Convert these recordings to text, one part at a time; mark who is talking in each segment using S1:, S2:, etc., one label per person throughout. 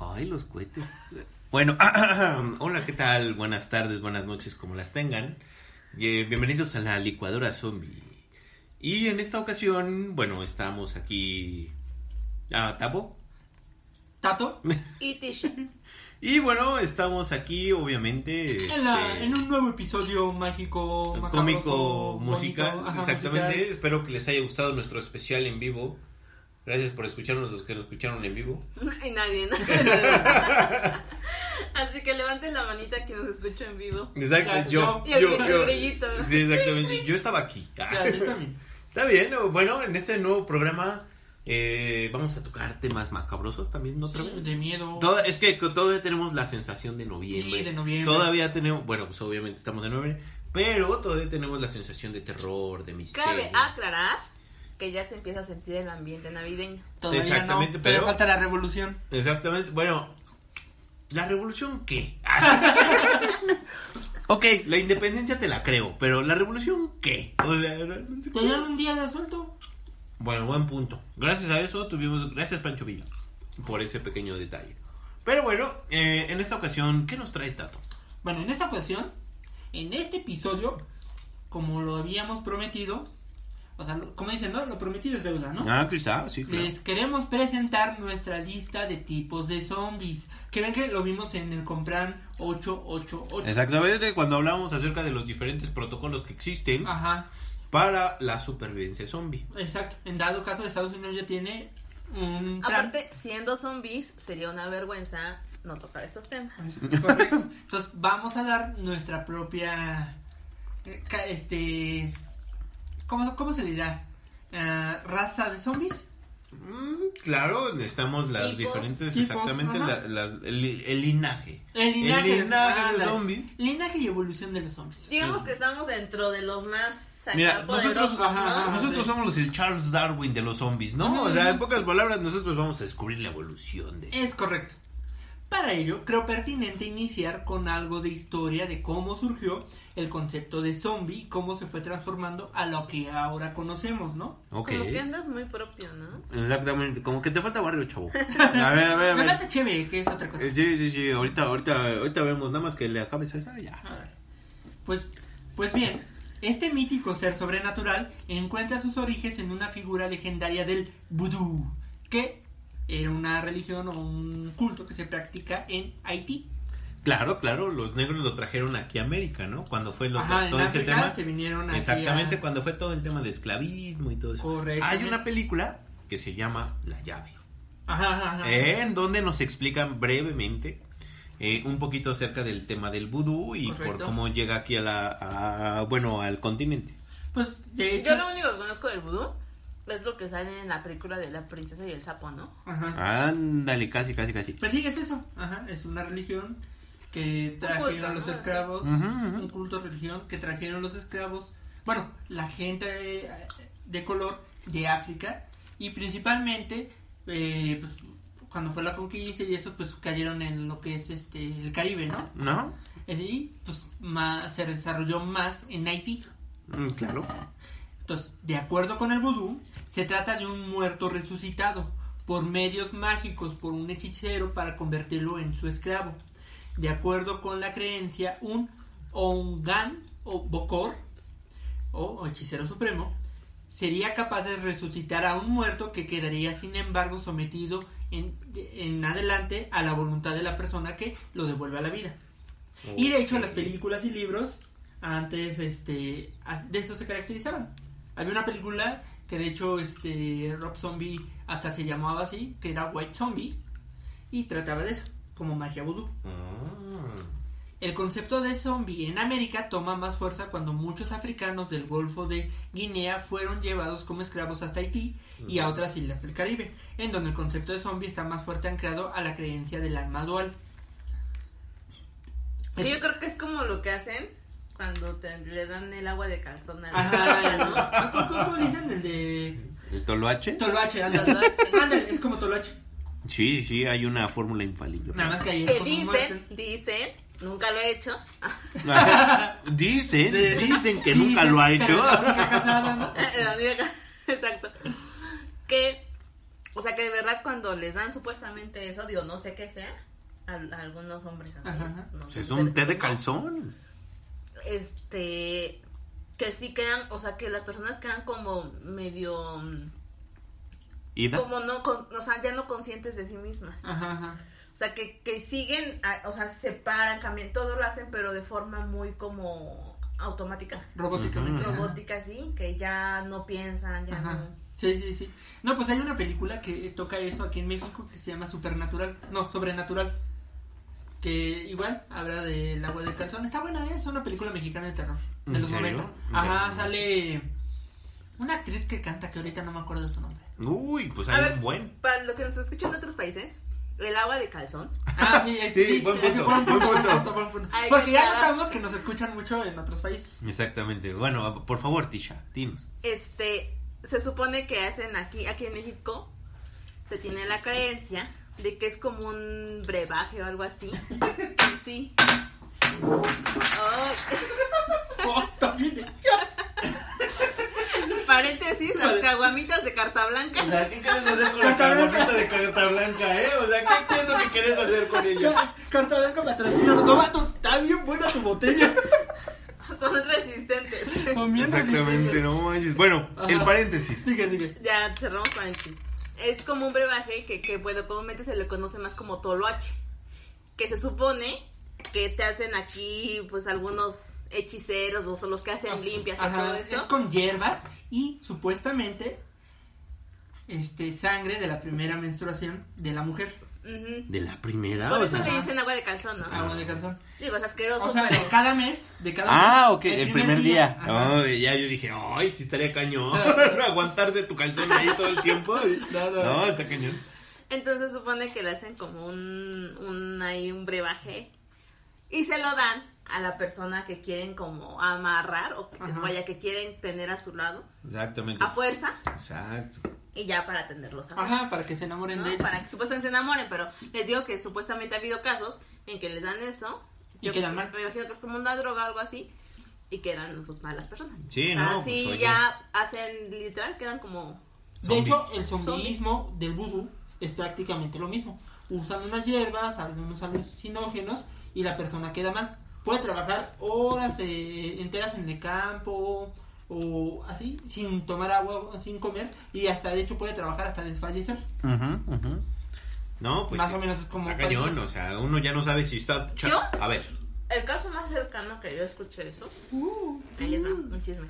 S1: Ay, los cohetes. Bueno, hola, ¿qué tal? Buenas tardes, buenas noches, como las tengan. Eh, bienvenidos a la licuadora zombie. Y en esta ocasión, bueno, estamos aquí a Tabo.
S2: Tato,
S3: Y Tisha.
S1: Y bueno, estamos aquí, obviamente.
S2: en, la-
S1: este,
S2: en un nuevo episodio mágico,
S1: cómico
S2: macabroso,
S1: musical,
S2: bonito, ajá,
S1: exactamente.
S2: musical.
S1: Espero que les haya gustado nuestro especial en vivo. Gracias por escucharnos los que nos escucharon en vivo.
S3: Y nadie. ¿no? Así que levanten la manita que nos escucha en vivo.
S1: Exacto,
S2: Ya,
S1: yo,
S2: yo.
S3: Y el
S1: yo,
S3: bri-
S1: yo-
S3: el brillito.
S1: sí, exactamente. Yo estaba aquí.
S2: Ya, ya está bien.
S1: Está bien, ¿no? bueno, en este nuevo programa eh, vamos a tocar temas macabrosos también, ¿no? otra vez?
S2: De miedo.
S1: Toda- es que co- todavía tenemos la sensación de noviembre.
S2: Sí, de noviembre.
S1: Todavía tenemos, bueno, pues obviamente estamos en noviembre, pero todavía tenemos la sensación de terror, de misterio.
S3: Cabe
S2: ah.
S3: aclarar que ya se empieza a sentir el ambiente navideño.
S2: Todavía
S1: Exactamente,
S2: no,
S1: pero-
S2: pero falta la revolución.
S1: Exactamente, bueno, ¿la revolución qué? ok, la independencia te la creo, pero ¿la revolución qué? O sea, realmente-
S2: Te dan un día de asuelto.
S1: Bueno, buen punto. Gracias a eso tuvimos. Gracias, Pancho Villa, por ese pequeño detalle. Pero bueno, eh, en esta ocasión, ¿qué nos traes, Tato?
S2: Bueno, en esta ocasión, en este episodio, como lo habíamos prometido, o sea, lo- como dicen, ¿no? Lo prometido es deuda, ¿no?
S1: Ah, aquí está, sí,
S2: Les queremos presentar nuestra lista de tipos de zombies. Que ven que lo vimos en el Compran 888.
S1: Exactamente, cuando hablábamos acerca de los diferentes protocolos que existen
S2: Ajá.
S1: para la supervivencia zombie.
S2: Exacto. En dado caso, Estados Unidos ya tiene un plan.
S3: Aparte, siendo zombies, sería una vergüenza no tocar estos temas.
S2: Correcto. Entonces, vamos a dar nuestra propia. eh, ca- Este. ¿Cómo, cómo se le dirá? Ah, ¿Raza de zombies?
S1: Mm, claro, necesitamos las
S3: Tipos,
S1: diferentes,
S2: tipos,
S1: exactamente,
S2: ajá.
S1: la- las- el, el linaje.
S2: El
S1: El linaje
S2: linaje,
S1: de
S2: ándale.
S1: zombie.
S2: Linaje y evolución de los zombies.
S3: Digamos que estamos dentro de los más acá
S1: Mira, nosotros,
S3: poderosos,
S2: ajá,
S3: ¿no?
S2: ajá.
S1: nosotros
S2: Ah, sí.
S1: somos el Charles Darwin de los zombies, ¿no?
S2: Ajá,
S1: O sea,
S2: ajá.
S1: en pocas palabras, nosotros vamos a descubrir la evolución de
S2: Es correcto. Para ello, creo pertinente iniciar con algo de historia de cómo surgió el concepto de zombie y cómo se fue transformando a lo que ahora conocemos, ¿no?
S1: Ok.
S3: Como que andas muy propio, ¿no?
S1: Exactamente, como que te falta barrio, chavo. A ver, a ver, a
S2: Me
S1: ver.
S2: falta chévere, que es otra cosa.
S1: Eh, Sí, sí, sí, ahorita, ahorita, ahorita vemos, nada más que le acabes esa, ya.
S2: Ah. Pues, pues bien, este mítico ser sobrenatural encuentra sus orígenes en una figura legendaria del vudú, que era una religión o un culto que se practica en Haití.
S1: Claro, claro, los negros lo trajeron aquí a América, ¿no? Cuando fue lo-
S2: Ajá, en
S1: todo ese
S2: África
S1: tema.
S2: se vinieron hacia-
S1: Exactamente, cuando fue todo el tema de esclavismo y todo eso.
S2: Correcto.
S1: Hay una película que se llama La llave.
S2: Ajá, ajá, ajá.
S1: Eh, en donde nos explican brevemente eh, un poquito acerca del tema del vudú y por
S2: Correcto.
S1: cómo llega aquí a la, a- bueno, al continente.
S2: Pues, de hecho...
S3: Yo lo único que conozco del vudú es lo que sale en la película de la princesa y el sapo, ¿no?
S2: Ajá.
S1: Ándale, casi, casi, casi.
S2: Pues sí, es eso. Ajá, es una religión que
S3: culto,
S2: trajeron
S3: ¿no?
S2: los esclavos,
S1: Ujú, ujú.
S2: un culto religión que trajeron los esclavos, bueno, la gente de, de color de África y principalmente, eh, pues, cuando fue la conquista y eso, pues cayeron en lo que es este el Caribe, ¿no?
S1: ¿No?
S2: Es- Y pues más, se desarrolló más en Haití.
S1: Mm, Claro.
S2: Entonces, de acuerdo con el vudú, se trata de un muerto resucitado por medios mágicos por un hechicero para convertirlo en su esclavo. De acuerdo con la creencia, un ongan o bokor o, o hechicero supremo sería capaz de resucitar a un muerto que quedaría sin embargo sometido en, de- en adelante a la voluntad de la persona que lo devuelve a la vida. Y de hecho las películas y libros antes este a- de eso se caracterizaban. Había una película que de hecho este Rob Zombie hasta se llamaba así, que era White Zombie, y trataba de eso, como magia vudú.
S1: Ah.
S2: El concepto de zombie en América toma más fuerza cuando muchos africanos del Golfo de Guinea fueron llevados como esclavos hasta Haití y a otras islas del Caribe, en donde el concepto de zombie está más fuerte anclado a la creencia del alma dual.
S3: Sí, yo creo que es como lo que hacen cuando te, le dan el agua de calzón al
S2: Ajá, el- ¿cómo, cómo dicen el de
S1: ¿El toloache?
S2: Toloache? Ándale,
S3: Toloache.
S2: ándale, es como Toloache.
S1: Sí, sí, hay una fórmula infalible.
S2: Nada más que ahí es
S3: Que
S2: con un
S3: dicen,
S2: muerte.
S3: dicen, nunca lo he hecho.
S1: Ajá. Ah, Dicen, dicen que nunca lo ha
S2: Dicen,
S1: hecho.
S2: pero la única casada, ¿no?
S3: La vieja, Exacto. Que, o sea, que de verdad cuando les dan supuestamente eso, digo, no sé qué sea, a, a algunos hombres así.
S2: Ajá.
S3: no
S1: Pues
S3: sé,
S1: es un
S3: mujeres,
S1: té de
S3: no.
S1: calzón.
S3: Este, que sí quedan, o sea, que las personas quedan como medio, mm,
S1: ¿Idas?
S3: como no, con- o sea, ya no conscientes de sí mismas.
S2: Ajá, ajá.
S3: O sea, que, que siguen, a- o sea, se paran, cambian, todo lo hacen, pero de forma muy como automática.
S2: Robóticamente.
S1: Ajá.
S2: ajá.
S3: Robótica, sí, que ya no piensan, ya
S2: Ajá.
S3: no.
S2: Sí, sí, sí. No, pues hay una película que toca eso aquí en México que se llama Supernatural. No, Sobrenatural. Que igual habla del agua del calzón. Está buena, ¿eh? es una película mexicana de terror. De
S1: ¿En
S2: los
S1: serio?
S2: 90. Ajá,
S1: Ya.
S2: sale una actriz que canta que ahorita no me acuerdo su nombre.
S1: Uy, pues
S3: A
S1: hay
S3: ver.
S1: un buen.
S3: Para lo que nos escuchan de otros países, el agua de calzón.
S2: Ah, sí, es-
S1: Sí,
S2: sí,
S1: buen
S2: ese
S1: punto,
S2: fue
S1: buen
S2: un punto,
S1: punto.
S2: buen punto, buen punto.
S3: Ay,
S2: Porque ya
S3: ya.
S2: notamos que nos escuchan mucho en otros países.
S1: Exactamente. Bueno, por favor, Tisha, dinos.
S3: Este, se supone que hacen aquí, aquí en México, se tiene la creencia de que es como un brebaje o algo así. Sí. Oh,
S2: Oh, también.
S3: paréntesis, las caguamitas de carta blanca.
S4: O sea, ¿qué quieres hacer con la
S2: Carta blanca.
S4: caguamita de carta blanca, eh? O sea, ¿qué es lo que quieres hacer con ella?
S2: Ca- Carta blanca patrocina. No, vato, está bien buena tu botella.
S3: Son resistentes.
S2: Comienza así.
S1: no manches. Bueno,
S2: Ajá.
S1: el paréntesis.
S2: Sigue, sigue.
S3: Ya cerramos paréntesis. Es como un brebaje que, que bueno, comúnmente se le conoce más como toloache. Que se supone que te hacen aquí, pues, algunos hechiceros o son los que hacen limpias y
S2: Ah, Ajá,
S3: todo
S2: Es
S3: eso.
S2: con hierbas y supuestamente este sangre de la primera menstruación de la mujer.
S3: Ujú.
S1: De la primera.
S3: Por
S1: o
S3: eso
S1: sea.
S3: le dicen agua de calzón, ¿no?
S2: Agua de Ah, calzón.
S3: Digo, es asqueroso,
S2: O sea,
S3: pero...
S2: de cada mes, de cada
S1: Ah,
S2: mes,
S1: ok, el primer día. Ah.
S2: Ajá.
S1: Ay, ya yo dije, ay, sí estaría cañón. Aguantarte tu calzón ahí todo el tiempo.
S2: No, no.
S1: No, está cañón.
S3: Entonces supone que le hacen como un, un, ahí un brebaje y se lo dan a la persona que quieren como amarrar o que,
S2: Ajá.
S3: vaya que quieren tener a su lado
S1: Exactamente.
S3: a fuerza
S1: Exacto.
S3: y ya para tenerlos a
S2: Ajá, Ah, para que se enamoren
S3: ¿no?
S2: de ellas.
S3: Para que supuestamente se enamoren, pero les digo que supuestamente ha habido casos en que les dan eso.
S2: Y quedan mal.
S3: Me imagino que es como una droga o algo así. Y quedan pues malas personas.
S1: Sí,
S3: o sea,
S1: no, pues,
S3: sí
S1: oye.
S3: ya hacen literal, quedan como.
S2: De
S1: Zombies.
S2: hecho, el zombismo del vudú es prácticamente lo mismo. Usan unas hierbas, algunos alucinógenos y la persona queda mal. Puede trabajar horas eh, enteras en el campo o así, sin tomar agua, sin comer y hasta de hecho puede trabajar hasta desfallecer.
S1: Ujú, ujú. No, pues.
S2: Más o menos es como
S1: Está cañón,
S2: parecido.
S1: o sea, uno ya no sabe si está. cha-
S3: ¿Yo?
S1: A ver.
S3: El caso más cercano que yo escuché eso.
S2: Uh.
S3: Ahí les va, un chisme.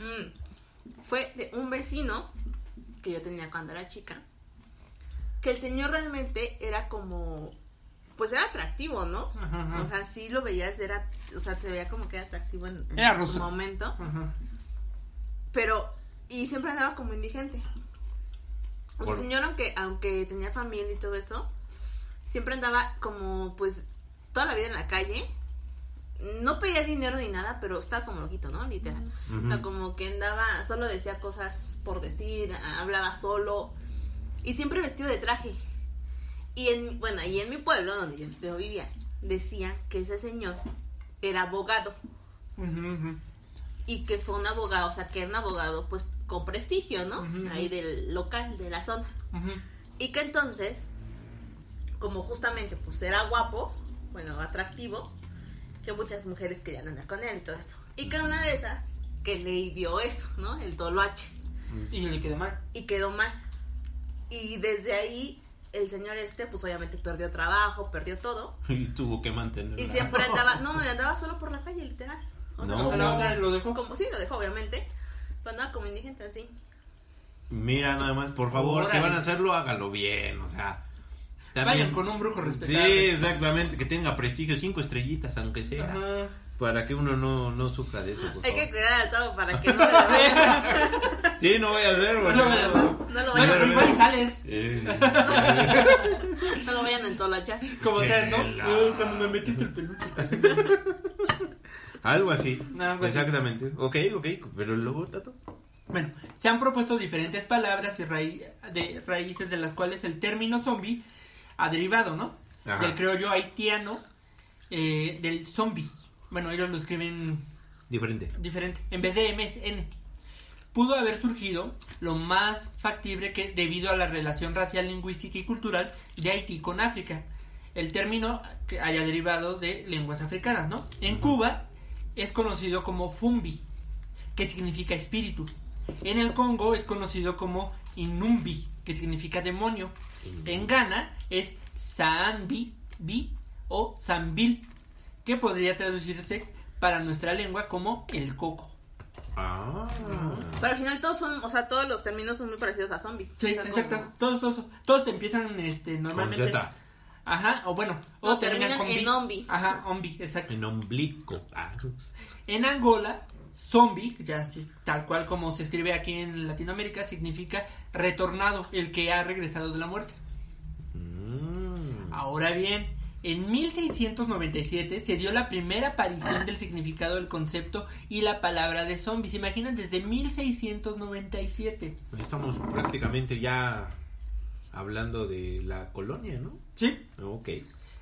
S3: Mm, Fue de un vecino que yo tenía cuando era chica. Que el señor realmente era como. Pues era atractivo, ¿no?
S2: Ajá, ajá.
S3: O sea, sí lo veías, era. O sea, se veía como que era atractivo en, en
S2: Era
S3: su
S2: ruso.
S3: momento.
S2: Ajá.
S3: Pero. Y siempre andaba como indigente. O sea,
S1: Por-
S3: el señor, aunque, aunque tenía familia y todo eso, siempre andaba como, pues, toda la vida en la calle. No pedía dinero ni nada, pero estaba como loquito, ¿no? Literal. O sea,
S1: Ujú.
S3: como que andaba, solo decía cosas por decir, a- hablaba solo. Y siempre vestido de traje. Y en, bueno, y en mi pueblo, donde yo yo vivía, decían que ese señor era abogado.
S2: Ujú, ujú.
S3: Y que fue un abogado, o sea, que era un abogado, pues, con prestigio, ¿no?
S2: Ujú, ujú.
S3: Ahí del local, de la zona.
S2: Ujú.
S3: Y que entonces, como justamente pues era guapo, bueno, atractivo, que muchas mujeres querían andar con él y todo eso. Y que una de esas que le dio eso, ¿no? El toloache.
S2: Y le queda mal.
S3: Y quedó mal. Y desde ahí el señor este pues obviamente perdió trabajo, perdió todo.
S1: Y tuvo que mantenerla.
S3: Y siempre andaba, no, andaba solo por la calle, literal. O sea,
S1: No.
S2: O sea, la otra lo dejó.
S3: como sí, lo dejó obviamente. Pues no, como indígena, sí.
S1: Mira, nada más, por favor, si
S2: Órale.
S1: van a hacerlo, hágalo bien, o sea.
S2: Vayan con un brujo
S1: Sí,
S2: respetable.
S1: exactamente, que tenga prestigio, cinco estrellitas, aunque sea.
S2: Ajá.
S1: Para que uno no, no sufra de eso, por
S3: Hay que
S1: favor.
S3: cuidar al todo para que no le den-
S1: Sí, no voy a hacer,
S2: No lo vayan a hacer.
S3: no lo
S2: Bueno,
S3: vayan,
S2: pero igual y sales.
S1: Eh,
S3: no lo vayan a entolachar.
S2: Como tal, ¿no?
S1: Chela.
S2: Ay, Cuando me metiste el peluche.
S1: Algo así.
S2: Algo así.
S1: Exactamente. Ok, ok. Pero luego, Tato.
S2: Bueno, se han propuesto diferentes palabras y raí- de raíces de las cuales el término zombie ha derivado, ¿no?
S1: Ajá.
S2: Del criollo haitiano, eh, del zombie. Bueno, ellos lo escriben
S1: Diferente.
S2: diferente. En vez de M es N. Pudo haber surgido lo más factible que debido a la relación racial, lingüística y cultural de Haití con África. El término que haya derivado de lenguas africanas, ¿no? En Cuba es conocido como Fumbi, que significa espíritu. En el Congo es conocido como Inumbi, que significa demonio. En Ghana es Saambi, Bi o Zambil, que podría traducirse para nuestra lengua como el coco.
S1: Ah.
S3: Pero al final todos son, o sea, todos los términos son muy parecidos a zombie.
S2: Sí,
S3: O sea, como-
S2: exacto. Todos, todos, todos empiezan este,
S1: Con
S2: normalmente.
S1: Z.
S2: Ajá, o bueno, o
S3: No,
S2: terminan
S3: terminan
S2: con
S3: en
S2: bi.
S3: ombi.
S2: Ajá, ombi, exacto.
S1: En ombligo. Ah.
S2: En Angola, zombie, ya así, tal cual como se escribe aquí en Latinoamérica, significa retornado, el que ha regresado de la muerte.
S1: Mm.
S2: Ahora bien, en 1697 se dio la primera aparición del significado del concepto y la palabra de zombies. Imaginan, desde 1697.
S1: Estamos prácticamente ya hablando de la colonia, ¿no?
S2: ¿Sí?
S1: Ok.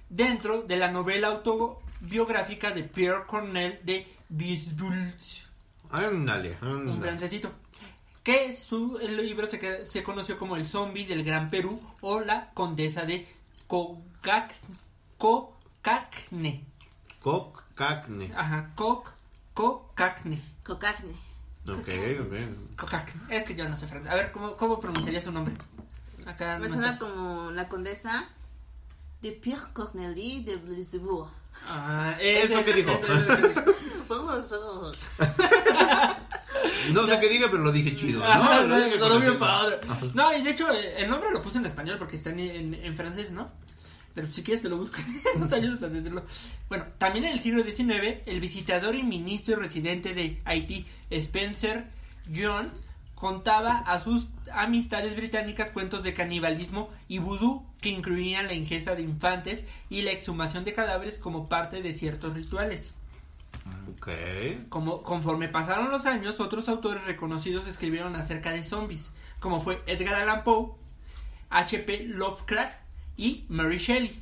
S2: dentro de la novela autobiográfica de Pierre Cornell de Bisbulch,
S1: Ándale,
S2: un
S1: ándale.
S2: francesito, que su el libro se, que- se conoció como El zombie del Gran Perú o la condesa de Cocac- Cocacne.
S1: Cocacne.
S2: Ajá, Coc, Cocacne.
S3: Cocacne.
S1: Ok, ok.
S2: Cocacne. Es que yo no sé francés. A ver, ¿cómo, cómo pronunciaría su nombre? Acá
S3: Me
S2: Ah, no
S3: suena
S2: está.
S3: como la condesa de Pierre Cornelie de Brisbourg.
S2: Ah, ese,
S1: ¿Eso qué
S2: ese,
S1: dijo?
S2: ese, ese, ese.
S1: No sé qué diga, pero lo dije chido.
S2: Ajá,
S1: ¿no? Lo dije
S2: todo
S1: con
S2: bien
S1: acento.
S2: padre. No, y de hecho, eh, el nombre lo puse en español porque está en, en- en francés, ¿no? Pero si quieres te lo busco, nos ayudas a decirlo. Bueno, también en el siglo XIX, el visitador y ministro residente de Haití, Spencer Jones, contaba a sus amistades británicas cuentos de canibalismo y vudú que incluían la ingesta de infantes y la exhumación de cadáveres como parte de ciertos rituales.
S1: Ok.
S2: Como, conforme pasaron los años, otros autores reconocidos escribieron acerca de zombies, como fue Edgar Allan Poe, H.P. Lovecraft y Mary Shelley,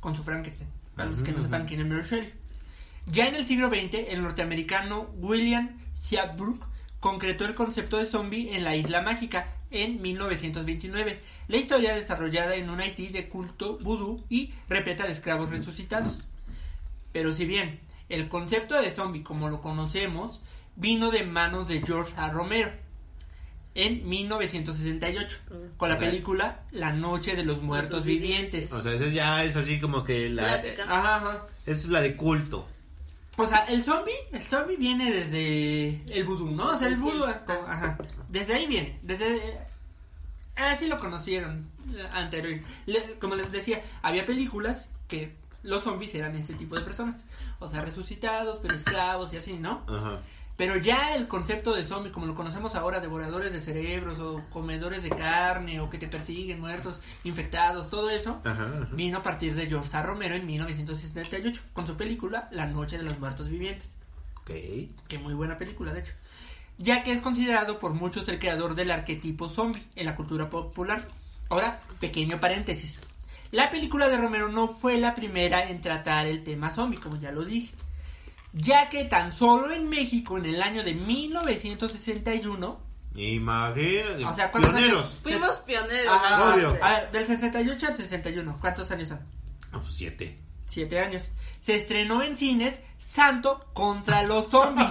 S2: con su Frankenstein, para los que no
S1: Ujú,
S2: sepan
S1: ujú.
S2: quién es Mary Shelley. Ya en el siglo XX, el norteamericano William Shatbrook concretó el concepto de zombie en la Isla Mágica en 1929, la historia desarrollada en un Haití de culto vudú y repleta de esclavos resucitados. Pero si bien el concepto de zombie como lo conocemos vino de manos de George A. Romero en 1968 con la
S1: Ok.
S2: película La Noche de los Muertos
S3: Muertos
S2: Vivientes.
S1: O sea, esa ya es así como que la.
S3: Clásica.
S2: Ajá, ajá.
S1: Esa es la de culto.
S2: O sea, el zombie, el zombie viene desde el vudú, ¿no? O sea, el
S3: Sí.
S2: vudú, ajá. Desde ahí viene, desde eh, así lo conocieron eh, anterior. Le- como les decía, había películas que los zombies eran ese tipo de personas, o sea, resucitados, pero esclavos y así, ¿no?
S1: Ajá.
S2: Pero ya el concepto de zombie, como lo conocemos ahora, devoradores de cerebros o comedores de carne o que te persiguen muertos, infectados, todo eso,
S1: Ajá. ajá.
S2: vino a partir de George A. Romero en 1978 con su película La Noche de los Muertos Vivientes,
S1: Ok.
S2: que muy buena película de hecho, ya que es considerado por muchos el creador del arquetipo zombie en la cultura popular. Ahora, pequeño paréntesis. La película de Romero no fue la primera en tratar el tema zombie, como ya lo dije, ya que tan solo en México en el año de 1961
S1: Imagínate.
S2: O sea, ¿cuántos
S1: pioneros.
S2: años?
S3: Fuimos pioneros. Ah,
S2: Ajá.
S1: Obvio.
S3: aparte.
S2: A ver, ah, del 68 al 61, ¿cuántos años son?
S1: Ah, pues, siete.
S2: siete años, se estrenó en cines Santo contra los zombies.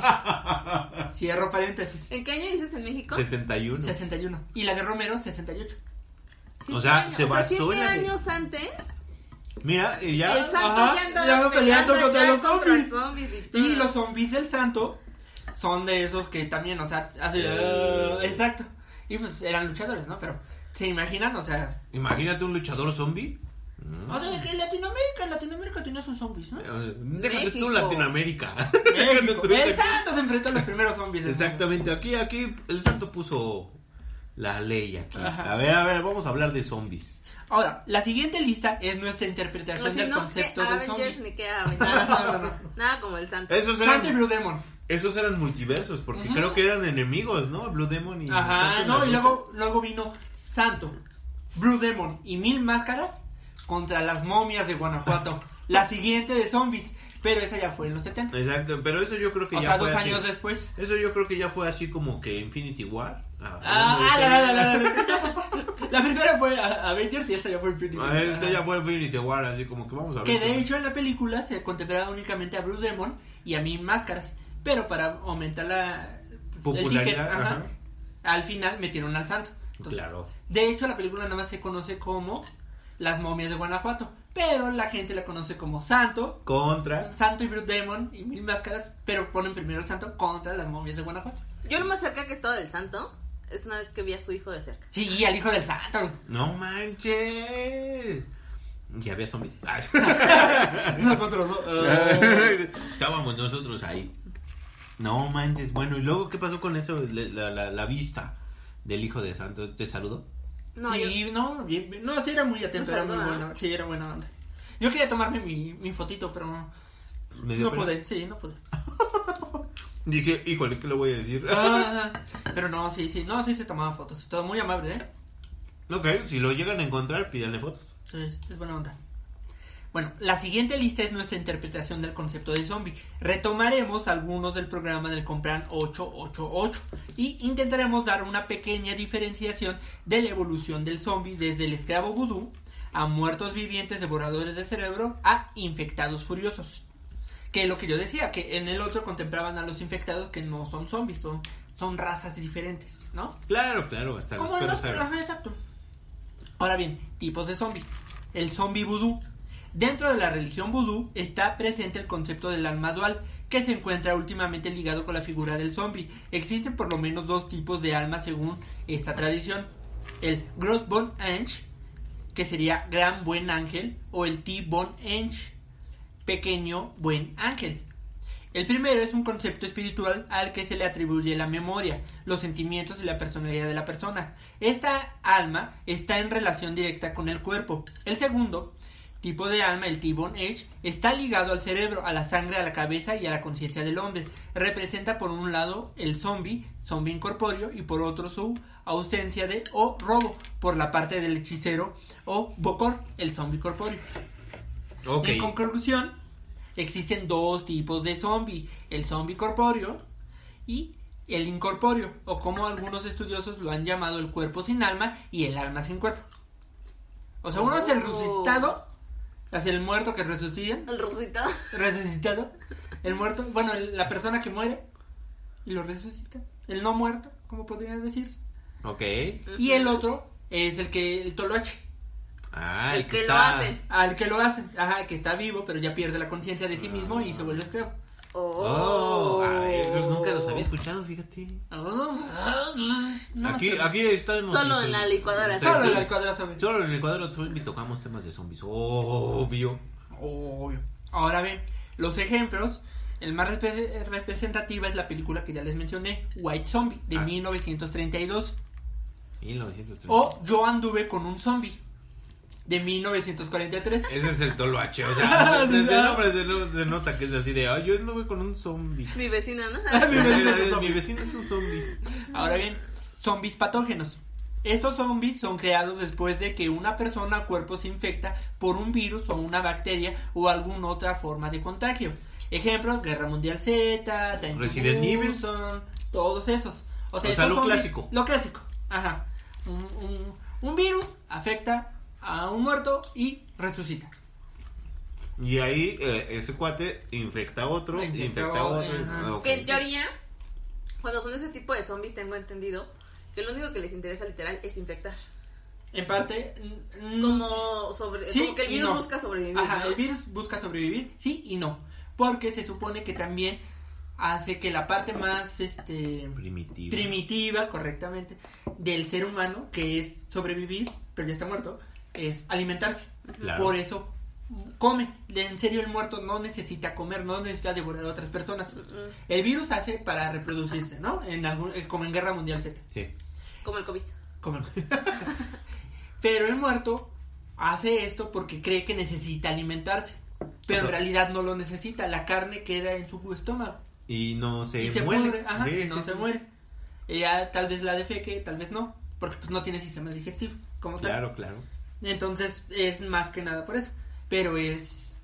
S2: Cierro paréntesis.
S3: ¿En qué año dices en México?
S1: 61.
S2: 61. Y la de Romero, 68.
S3: Siete
S1: O sea,
S3: años.
S1: se basó
S3: siete
S1: en la de-
S3: años antes,
S1: Mira, y ya.
S3: el santo
S2: Ajá,
S3: ya
S2: ya
S3: andaba
S2: va peleando contra
S3: acá
S2: los
S3: contra
S2: zombies.
S3: zombies y, todo.
S2: Y los zombies del Santo son de esos que también, o sea, hace.
S1: Eh.
S2: exacto. Y pues eran luchadores, ¿no? Pero se imaginan, o sea.
S1: Imagínate un luchador zombie. Mm,
S2: O sea, que en Latinoamérica, en Latinoamérica tenía sus zombies, ¿no?
S1: Déjate
S3: México.
S1: tú Latinoamérica. Déjate
S2: México.
S1: tú
S2: El
S1: aquí.
S2: Santos enfrentó a los primeros zombies. del mundo.
S1: Exactamente, aquí, aquí, el santo puso la ley aquí.
S2: Ajá.
S1: A ver, a ver, vamos a hablar de zombies.
S2: Ahora, la siguiente lista es nuestra
S3: O
S2: interpretación
S3: sea,
S2: del
S3: no que
S2: concepto de
S3: Avengers
S2: zombie.
S3: ni que Avengers.
S2: No, no, no.
S3: Nada como el santo.
S1: Esos
S2: Santo y
S1: eran,
S2: Blue Demon.
S1: esos eran multiversos, porque
S2: Ujú.
S1: creo que eran enemigos, ¿no? Blue Demon y...
S2: Ajá,
S1: Santo
S2: no,
S1: Naruto.
S2: y luego, luego vino Santo, Blue Demon y Mil Máscaras contra las momias de Guanajuato. la siguiente de zombies, pero esa ya fue en los 70.
S1: Exacto, pero eso yo creo que
S2: O
S1: ya
S2: sea,
S1: fue
S2: dos
S1: así.
S2: años después.
S1: Eso yo creo que ya fue así como que Infinity War. Ah,
S2: Ah,
S1: hablando de
S2: ah, la, la,
S1: temas.
S2: la, la, la. La primera fue a- Avengers y esta ya fue Infinity War.
S1: Ah, esto ya fue Infinity War, así como que vamos a ver.
S2: Que de
S1: cómo-
S2: hecho en la película se contemplaba únicamente a Bruce Demon y a Mil Máscaras, pero para aumentar la el
S1: Popularidad,
S2: ajá,
S1: ajá.
S2: al final metieron al santo. Entonces,
S1: Claro.
S2: De hecho, la película nada más se conoce como Las momias de Guanajuato, pero la gente la conoce como Santo,
S1: Contra.
S2: Santo y Bruce Demon y Mil Máscaras, pero ponen primero al Santo contra las momias de Guanajuato.
S3: Yo lo más cerca que he estado del santo es una vez que vi a su hijo de cerca.
S2: Sí, al hijo del Santo.
S1: No manches. Ya había zombies. Ah,
S2: Nosotros ¿no?
S1: Estábamos nosotros ahí. No manches. Bueno, ¿y luego qué pasó con eso? Le- La, la- la vista del hijo de Santos. ¿Te saludo?
S3: No,
S2: sí, no, bien, bien. no, sí era muy atento,
S3: No
S2: era muy
S3: saludaba.
S2: bueno, sí era buena onda. Yo quería tomarme mi, mi fotito, pero no,
S1: Me dio
S2: no
S1: pena.
S2: pude, sí, no pude.
S1: Dije, híjole, ¿qué le voy a decir?
S2: Ah, pero no, sí, sí, no, sí se tomaba fotos y todo, muy amable, ¿eh?
S1: ok, si lo llegan a encontrar, pídanle fotos.
S2: Es, es buena onda. Bueno, la siguiente lista es nuestra interpretación del concepto de zombie. Retomaremos algunos del programa del Compran 888 y intentaremos dar una pequeña diferenciación de la evolución del zombie desde el esclavo vudú a muertos vivientes devoradores de cerebro a infectados furiosos. Que es lo que yo decía, que en el otro contemplaban a los infectados que no son zombies, son, son razas diferentes, ¿no?
S1: Claro, claro, hasta los
S2: Como no,
S1: perros eran.
S2: ajá, exacto. Ahora bien, tipos de zombie. El zombie vudú. Dentro de la religión vudú está presente el concepto del alma dual, que se encuentra últimamente ligado con la figura del zombie. Existen por lo menos dos tipos de alma según esta tradición. El Gross Bon Ange, que sería Gran Buen Ángel, o el T-Bon Ange, Pequeño Buen Ángel. El primero es un concepto espiritual al que se le atribuye la memoria, los sentimientos y la personalidad de la persona. Esta alma está en relación directa con el cuerpo. El segundo tipo de alma, el T-Bone Edge, está ligado al cerebro, a la sangre, a la cabeza y a la conciencia del hombre. Representa por un lado el zombie, zombie incorpóreo, y por otro su ausencia de o robo por la parte del hechicero o bocor, el zombie corpóreo.
S1: Ok.
S2: En conclusión, existen dos tipos de zombie, el zombie corpóreo y el incorpóreo, o como algunos estudiosos lo han llamado el cuerpo sin alma y el alma sin cuerpo. O sea, uno es el
S3: Oh.
S2: resucitado, es el muerto que resucitan,
S3: El resucitado.
S2: resucitado, el muerto, bueno, el- la persona que muere y lo resucita, el no muerto, como podría decirse.
S1: Ok.
S2: Y el otro es el que el toloache,
S1: Ah,
S3: El
S1: el,
S3: que lo
S1: está-
S3: hace.
S2: al que lo hace, ajá, que está vivo, pero ya pierde la conciencia de sí mismo y se vuelve esclavo.
S1: Oh, ah, esos nunca los había escuchado, fíjate. Aquí, aquí estamos.
S3: Solo en la licuadora.
S2: Solo
S1: Solo,
S2: la cuadra sabe.
S1: Solo en el cuadro zombie tocamos temas de zombies. Obvio.
S2: Obvio. Ahora bien, los ejemplos. El más repre- representativa es la película que ya les mencioné, White Zombie, de
S1: Ah.
S2: 1932.
S1: 1930.
S2: O Yo anduve con un zombie, de 1943.
S1: Ese es el toloache. O sea,
S2: Sí,
S1: desde el
S2: sí.
S1: nombre se, lo- se nota que es así de. Ay, yo anduve con un zombie.
S3: Ah, Mi vecina, ¿no?
S2: Mi vecino es un
S1: Mi
S2: zombie.
S1: vecino es un zombie.
S2: Ahora bien, zombies patógenos. Estos zombies son creados después de que una persona o cuerpo se infecta por un virus o una bacteria o alguna otra forma de contagio. Ejemplos, Guerra Mundial Z, Time to
S1: Resident Evil.
S2: Busan, todos esos. O sea,
S1: O sea,
S2: estos
S1: lo
S2: zombies-
S1: clásico.
S2: Lo clásico, ajá. Un, un- un virus afecta a un muerto y resucita.
S1: Y ahí eh, ese cuate infecta a otro,
S2: Infectó,
S1: infecta a otro.
S2: ajá.
S1: ah, ok.
S3: Que en teoría, cuando son ese tipo de zombies, tengo entendido que lo único que les interesa literal es infectar.
S2: En parte, n-
S3: Como sobre,
S2: Sí
S3: como que el
S2: y
S3: virus
S2: no.
S3: busca sobrevivir.
S2: Ajá,
S3: ¿no?
S2: el virus busca sobrevivir, sí y no. Porque se supone que también hace que la parte más este
S1: Primitivo.
S2: primitiva, correctamente, del ser humano, que es sobrevivir, pero ya está muerto, es alimentarse.
S1: Claro.
S2: Por eso come. De- En serio, el muerto no necesita comer, no necesita devorar a otras personas.
S3: Mm,
S2: El virus hace para reproducirse, ¿no? En algún- eh, como en Guerra Mundial Z.
S1: Sí.
S3: Como el COVID.
S2: Como el- Pero el muerto hace esto porque cree que necesita alimentarse. Pero en
S1: Ajá.
S2: realidad no lo necesita. La carne queda en su estómago.
S1: Y no se,
S2: y se
S1: muere.
S2: pudre, ajá,
S1: Sí,
S2: y
S1: no
S2: se, se muere. Ella tal vez la defeque, tal vez no, porque pues no tiene sistema digestivo, como
S1: Claro, claro.
S2: tal. Entonces es más que nada por eso, pero es,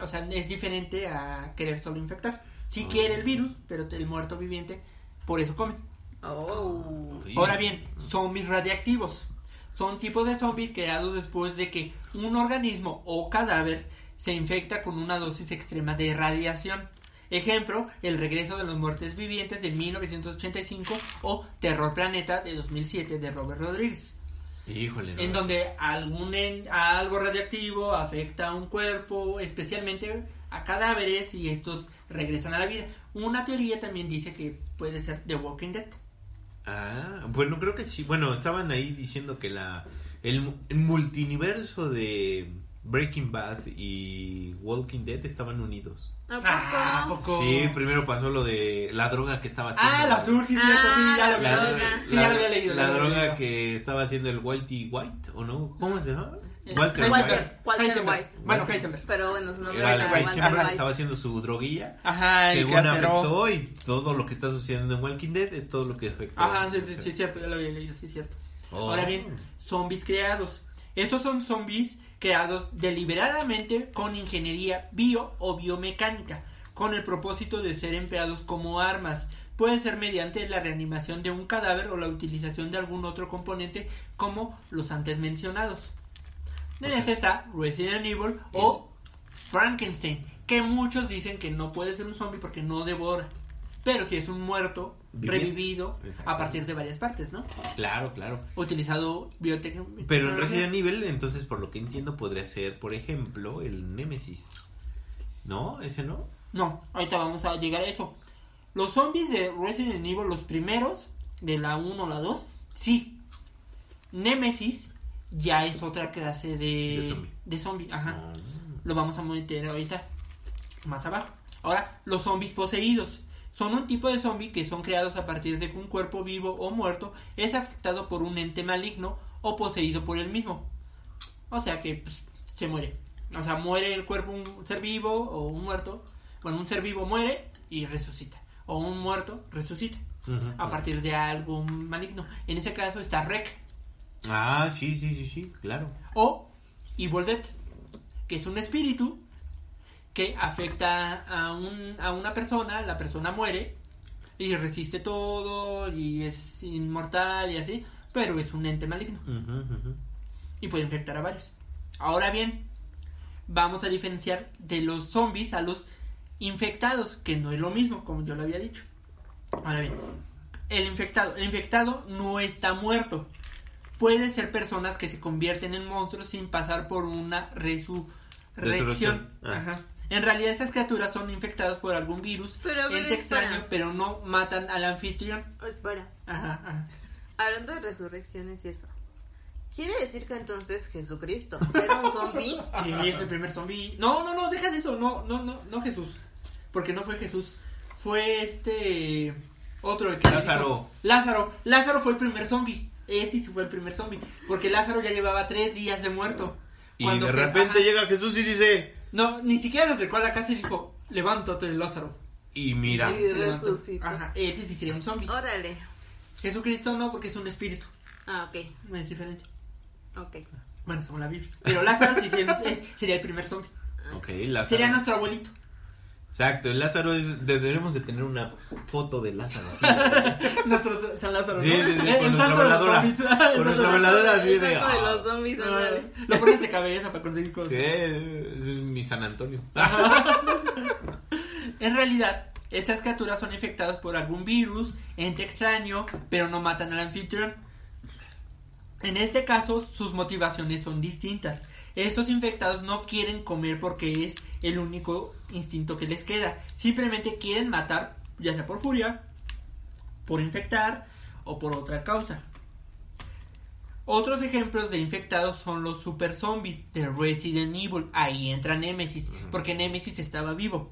S2: o sea, es diferente a querer solo infectar. Si
S1: Ah.
S2: quiere el virus, pero el muerto viviente, por eso come.
S3: Oh.
S1: Sí.
S2: Ahora bien, zombies radiactivos. Son tipos de zombies creados después de que un organismo o cadáver se infecta con una dosis extrema de radiación. Ejemplo, el regreso de los muertes vivientes de 1985 o Terror Planeta de 2007 de Robert Rodríguez.
S1: Híjole. no.
S2: En donde algún en- algo radioactivo afecta a un cuerpo, especialmente a cadáveres, y estos regresan a la vida. Una teoría también dice que puede ser The Walking Dead.
S1: Ah, bueno, creo que sí. Bueno, estaban ahí diciendo que la el, mu- el multiniverso de Breaking Bad y Walking Dead estaban unidos.
S3: ¿A poco?
S2: Ah, ¿a poco?
S1: Sí, primero pasó lo de la droga que estaba haciendo.
S2: Ah, el azul, sí, cierto,
S3: Ah,
S2: sí, ya lo,
S3: la
S1: La,
S3: droga.
S1: la-
S2: sí, ya lo había leído.
S1: la
S2: ya lo había
S1: droga
S2: leído.
S1: que estaba haciendo el Whitey White, ¿o no? ¿Cómo se llama?
S2: Eh,
S1: Walter White.
S3: Walter. Walter
S2: Heisenberg.
S3: White.
S2: Bueno, Heisenberg.
S3: Pero bueno, su nombre
S1: Era
S3: era
S1: el
S3: Walter
S1: Heisenberg,
S3: White.
S1: estaba haciendo su droguilla.
S2: Ajá, el que
S1: según
S2: alteró.
S1: afectó y todo lo que está sucediendo en Walking Dead es todo lo que afectó.
S2: Ajá, sí, sí, sí, es cierto, ya lo había leído, sí, es cierto.
S1: Oh.
S2: Ahora bien, zombies creados. Estos son zombies creados deliberadamente con ingeniería bio o biomecánica, con el propósito de ser empleados como armas. Puede ser mediante la reanimación de un cadáver o la utilización de algún otro componente como los antes mencionados. En este está Resident Evil o Frankenstein, que muchos dicen que no puede ser un zombie porque no devora. Pero si es un muerto
S1: Viviente.
S2: revivido a
S1: Exactamente.
S2: partir de varias partes, ¿no?
S1: Claro, claro.
S2: utilizado biotec
S1: Pero en Resident Evil, entonces, por lo que entiendo, podría ser, por ejemplo, el Nemesis. ¿No? ¿Ese no?
S2: No, ahorita vamos a llegar a eso. Los zombies de Resident Evil, los primeros, de la 1 o la 2, sí. Nemesis ya es otra clase
S1: De
S2: de,
S1: zombie. Ah.
S2: de zombie. Ajá.
S1: No.
S2: Lo vamos a monitorear ahorita más abajo. Ahora, los zombies poseídos. Son un tipo de zombie que son creados a partir de que un cuerpo vivo o muerto es afectado por un ente maligno o poseído por el mismo. O sea que pues, se muere. O sea, muere el cuerpo un ser vivo o un muerto. Bueno, un ser vivo muere y resucita. O un muerto resucita
S1: Ujú.
S2: a partir de algo maligno. En ese caso está Rec,
S1: Ah, sí, sí, sí, sí, claro.
S2: o Evil Dead, que es un espíritu que afecta a, un- a una persona, la persona muere y resiste todo y es inmortal y así, pero es un ente maligno
S1: Ujú, ujú.
S2: y puede infectar a varios. Ahora bien, vamos a diferenciar de los zombies a los infectados, que no es lo mismo, como yo lo había dicho. Ahora bien, el infectado, el infectado no está muerto. Puede ser personas que se convierten en monstruos sin pasar por una resurrección.
S1: Resurrección, ah.
S2: Ajá. En realidad estas criaturas son infectadas por algún virus,
S3: Pero a ver,
S2: ente
S3: espera.
S2: extraño, pero no matan al anfitrión.
S3: Oh, Espera.
S2: Ajá, ajá.
S3: Hablando de resurrecciones y eso. ¿Quiere decir que entonces Jesucristo era un zombie?
S2: Sí, es el primer zombie. No, no, no, deja de eso. No, no, no, no Jesús. Porque no fue Jesús. Fue este. Otro que
S1: Lázaro.
S2: Lázaro. Lázaro fue el primer zombie. Ese sí fue el primer zombie. Porque Lázaro ya llevaba tres días de muerto.
S1: Y
S2: Cuando
S1: de
S2: fue-
S1: repente
S2: ajá.
S1: llega Jesús y dice:
S2: No, ni siquiera nos recuerda a la casa y dijo: Levántate, Lázaro.
S1: Y mira.
S3: Sí. Y
S2: se levantó.
S3: resucitó.
S2: Ajá, ese sí sería un zombie.
S3: Órale.
S2: Jesucristo no, porque es un espíritu.
S3: Ah, ok.
S2: Es diferente.
S3: Ok.
S2: Bueno, según la Biblia. Pero Lázaro sí sería, eh, sería el primer zombie.
S1: Ok, Lázaro.
S2: Sería nuestro abuelito.
S1: Exacto, el Lázaro es. Deberemos de tener una foto de Lázaro. aquí.
S2: Nuestro San Lázaro.
S1: Sí,
S2: ¿no?
S1: sí, sí,
S2: Eh,
S1: con
S2: el
S1: nuestra
S2: santo de los
S1: veladora.
S2: zombies. El
S1: Con
S2: santo
S1: nuestra
S2: de los-
S1: veladora así
S3: El
S1: de.
S3: saco de
S1: ah,
S3: los zombies, ándale.
S2: Lo pones de cabeza para conseguir cosas.
S1: sí, ese es mi San Antonio.
S2: En realidad, estas criaturas son infectadas por algún virus, ente extraño, pero no matan al anfitrión. En este caso, sus motivaciones son distintas. Estos infectados no quieren comer porque es el único instinto que les queda. Simplemente quieren matar ya sea por furia, por infectar o por otra causa. Otros ejemplos de infectados son los super zombies de Resident Evil. Ahí entra Nemesis, porque Nemesis estaba vivo.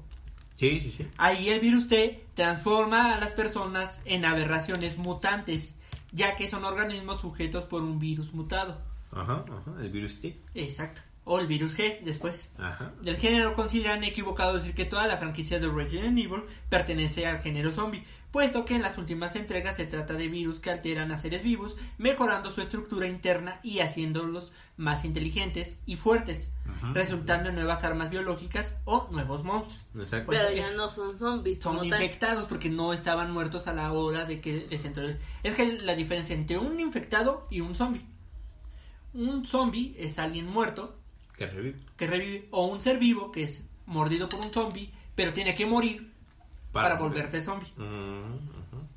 S1: Sí, sí, sí.
S2: Ahí el virus T transforma a las personas en aberraciones mutantes, ya que son organismos sujetos por un virus mutado.
S1: Ajá, ajá. El virus T.
S2: Exacto. O el virus G después.
S1: Ajá.
S2: Del género consideran equivocado decir que toda la franquicia de Resident Evil pertenece al género zombie, puesto que en las últimas entregas se trata de virus que alteran a seres vivos, mejorando su estructura interna y haciéndolos más inteligentes y fuertes,
S1: Ujú.
S2: resultando en nuevas armas biológicas o nuevos monstruos.
S1: Exacto.
S2: Pues,
S3: Pero ya
S2: es-
S3: no son zombies.
S2: Son
S3: como tal.
S2: infectados porque no estaban muertos a la hora de que les entró el- Es que la diferencia entre un infectado y un zombie. Un zombie es alguien muerto
S1: Que revive.
S2: que revive, o un ser vivo que es mordido por un zombie, pero tiene que morir para, volverse zombie.
S1: Mm, ajá.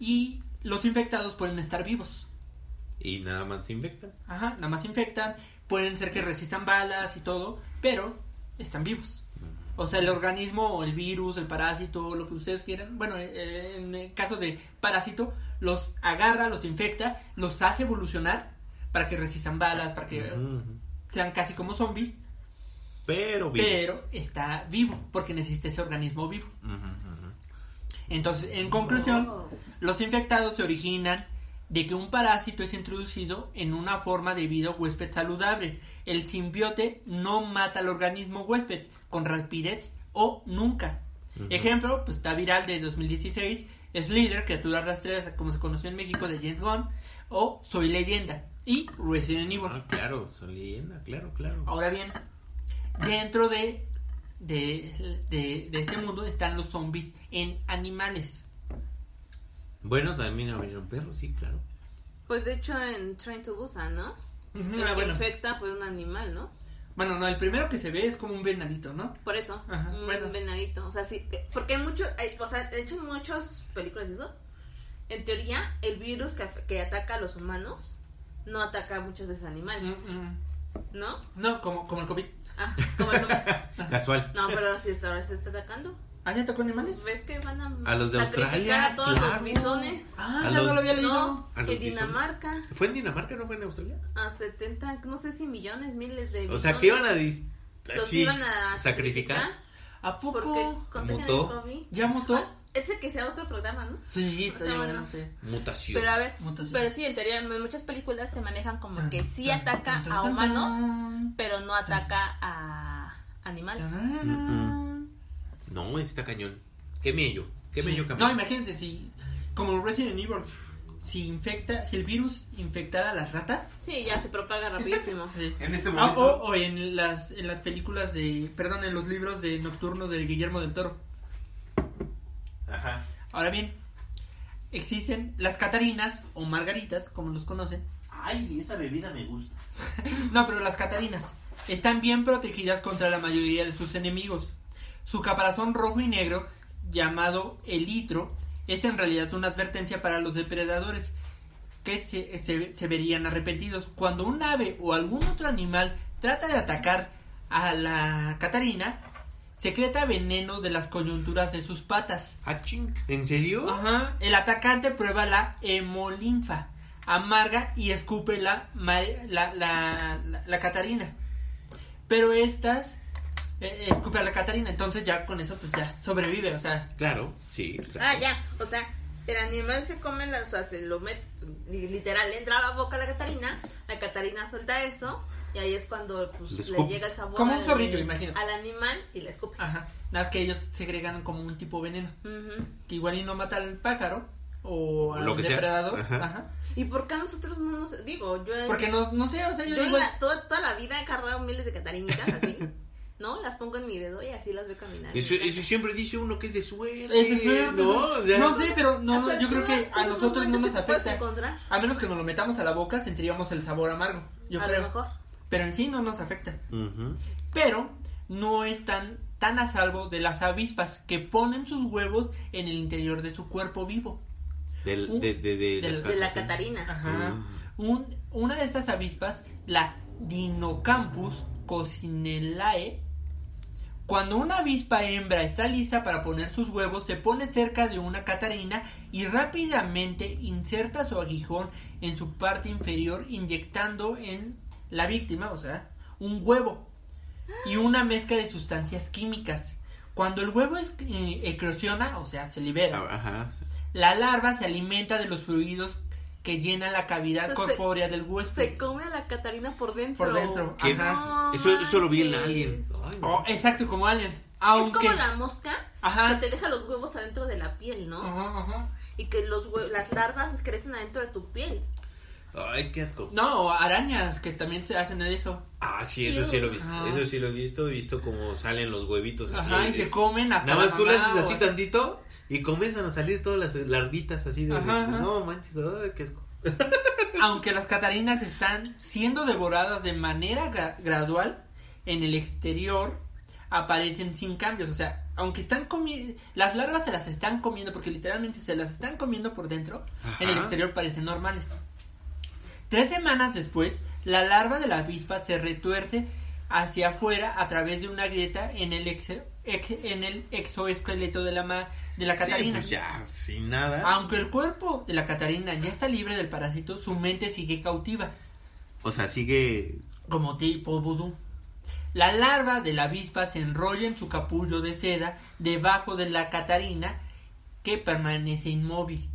S2: Y los infectados pueden estar vivos.
S1: Y nada más se infectan.
S2: Ajá, nada más se infectan, pueden ser que resistan balas y todo, pero están vivos. O sea, el organismo, o el virus, el parásito, lo que ustedes quieran, bueno, eh, en el caso de parásito, los agarra, los infecta, los hace evolucionar para que resistan balas, para que
S1: Ujú.
S2: sean casi como zombies,
S1: Pero vivo.
S2: pero está vivo, porque necesita ese organismo vivo.
S1: Ujú, ujú.
S2: Entonces, en conclusión,
S3: Oh.
S2: los infectados se originan de que un parásito es introducido en una forma de vida o huésped saludable. El simbiote no mata al organismo huésped con rapidez o nunca.
S1: Ujú.
S2: Ejemplo, pues está viral de 2016, es líder, criatura rastrera, como se conoció en México, de James Gunn, o Soy Leyenda y Resident Evil.
S1: Ah, claro, son leyenda, claro, claro.
S2: Ahora bien, dentro de, de, de- de este mundo están los zombies en animales.
S1: Bueno, también abrieron perros, sí, claro.
S3: Pues de hecho en Train to Busan, ¿no? El
S2: Ah,
S3: que
S2: bueno.
S3: infecta fue un animal, ¿no?
S2: Bueno, no, el primero que se ve es como un venadito, ¿no?
S3: Por eso,
S2: Ajá,
S3: un
S2: bueno.
S3: venadito. O sea, sí, que- porque hay muchos, hay- o sea, de hecho en muchas películas y eso, en teoría el virus que, af- que ataca a los humanos no ataca muchas veces a animales,
S2: Mm, mm.
S3: ¿no?
S2: No, como, como el COVID.
S3: Ah, como el COVID.
S1: Casual.
S3: No, pero ahora sí, está- ahora sí está atacando.
S2: ¿Ah, ya tocó
S3: Pues
S2: animales?
S3: ves que van a,
S1: A los de
S3: sacrificar
S1: Australia,
S3: a todos
S1: claro.
S3: los bisones.
S2: Ah,
S1: A
S2: ya no
S1: los-
S2: lo había leído.
S3: No,
S1: A los
S3: en
S1: bisones.
S3: Dinamarca
S1: ¿Fue en Dinamarca, no fue en Australia?
S3: a 70, no sé si millones, miles de
S1: O
S3: bisones.
S1: sea, que iban a, dis-
S3: los
S1: así,
S3: iban a
S1: sacrificar.
S3: sacrificar
S2: ¿A poco?
S3: porque contagian el
S1: Mutó.
S3: COVID. Ah,
S2: ¿Ya mutó?
S3: Ese que sea otro programa, ¿no?
S2: Sí,
S3: está
S2: ya,
S3: Pues bueno.
S2: no sé.
S1: Mutación.
S3: Pero a ver,
S2: Mutación.
S3: pero sí, en teoría, en muchas películas te manejan como que sí
S2: Tan,
S3: ataca
S2: tan, tan,
S3: a
S2: tan,
S3: humanos,
S2: tan.
S3: pero no ataca a animales.
S2: Tararán.
S1: No, ese está cañón. Qué miedo. Qué
S2: Sí.
S1: miedo,
S2: No, imagínense si, como Resident Evil, si infecta, si el virus infectara a las ratas.
S3: Sí, ya se propaga rapidísimo.
S2: sí.
S4: En este
S2: Ah,
S4: momento.
S2: o, o en las en las películas de, perdón, en los libros de nocturnos de Guillermo del Toro.
S1: Ajá.
S2: Ahora bien, existen las catarinas o margaritas, como los conocen.
S4: Ay, esa bebida me gusta.
S2: No, pero las catarinas están bien protegidas contra la mayoría de sus enemigos. Su caparazón rojo y negro, llamado elitro, es en realidad una advertencia para los depredadores que se, se- se verían arrepentidos. Cuando un ave o algún otro animal trata de atacar a la catarina, secreta veneno de las coyunturas de sus patas.
S1: Aching. Ah, ¿En serio?
S2: Ajá. El atacante prueba la hemolinfa, amarga y escupe la, ma- la, la, la- la catarina. Pero estas eh, escupe a la catarina, entonces ya con eso pues ya sobrevive, o sea.
S1: Claro, sí. claro.
S3: Ah, ya, o sea, el animal se come, la, o sea, se lo mete, literal, le entra a la boca a la Catarina, la Catarina suelta eso, y ahí es cuando pues,
S1: Le
S3: le
S1: escupe.
S3: llega el sabor
S2: Como un
S3: al-
S2: zorrillo, Ah. imagínate.
S3: al animal y le escupe.
S2: Ajá. Nada más que ellos segregan como un tipo veneno.
S3: Ujú.
S2: Que igual y no mata al pájaro o al
S1: Lo que sea.
S2: depredador.
S1: Ajá.
S2: Ajá.
S3: ¿Y por qué a nosotros no nos.? Digo, yo.
S2: Porque no, no sé, o sea, yo,
S3: Yo en
S2: igual-
S3: la- toda, toda la vida he cargado miles de catarinitas así, ¿no? Las pongo en mi dedo y así las veo caminar.
S1: Eso, eso siempre dice uno que es de suerte.
S2: Es de suerte,
S1: No,
S2: ¿no?
S1: O sea,
S2: No sé, pero no,
S3: Hasta
S2: yo creo
S3: todas
S2: que
S3: las
S2: a
S3: cosas
S2: nosotros no
S3: buenas
S2: nos
S3: que te puedes
S2: afecta.
S3: encontrar.
S2: A menos que nos lo metamos a la boca, sentiríamos el sabor amargo. Yo
S3: a
S2: creo.
S3: lo mejor.
S2: Pero en sí no nos afecta.
S1: Ujú.
S2: Pero no están tan a salvo de las avispas que ponen sus huevos en el interior de su cuerpo vivo.
S1: Del-
S2: Uh,
S1: de, de, de,
S2: del-
S1: las
S3: De
S1: cartas, Mm.
S3: la
S1: ¿sí?
S3: catarina.
S2: Ajá. Un- una de estas avispas, la Dinocampus cocinelae, Cuando una avispa hembra está lista para poner sus huevos, se pone cerca de una catarina y rápidamente inserta su aguijón en su parte inferior, inyectando en la víctima, o sea, un huevo y una mezcla de sustancias químicas. Cuando el huevo es- eh, eclosiona, o sea, se libera,
S1: Ah, Ajá. sí.
S2: la larva se alimenta de los fluidos que llenan la cavidad
S3: O sea, se-
S2: corpórea del
S3: Se
S2: huésped.
S3: come a la Catarina por dentro.
S2: Por dentro.
S1: ¿Qué?
S2: Ajá.
S3: No
S1: Eso, eso lo vi en
S3: manches.
S1: alguien. Ay, no.
S2: Oh, exacto, como alien.
S3: Es
S2: Aunque...
S3: como la mosca
S2: Ajá. Mm.
S3: que te deja los huevos adentro de la piel, ¿no?
S2: Ajá, ajá.
S3: Y que los hue- las larvas crecen adentro de tu piel.
S1: Ay, qué asco.
S2: No, o arañas que también se hacen de eso.
S1: Ah, sí, eso sí lo he visto.
S2: Ajá.
S1: Eso sí lo he visto. He visto cómo salen los huevitos. así
S2: Ajá, y
S1: de-
S2: se comen hasta
S1: eh, Nada más
S2: la
S1: tú le
S2: mamá
S1: haces
S2: o
S1: así tantito y comienzan a salir todas las larvitas así de.
S2: Ajá, ajá.
S1: No manches, ay, qué asco.
S2: Aunque las catarinas están siendo devoradas de manera gra- gradual, en el exterior aparecen sin cambios. O sea, aunque están comiendo, las larvas se las están comiendo, porque literalmente se las están comiendo por dentro, en el
S1: Ajá.
S2: exterior parecen normales. Tres semanas después, la larva de la avispa se retuerce hacia afuera a través de una grieta en el, exe- ex- en el exoesqueleto de la, ma- de la
S1: Sí,
S2: catarina. Ah.
S1: pues ya, sin nada.
S2: Aunque el cuerpo de la Catarina ya está libre del parásito, su mente sigue cautiva,
S1: O sea, sigue.
S2: como tipo vudú. La larva de la avispa se enrolla en su capullo de seda debajo de la Catarina, que permanece inmóvil.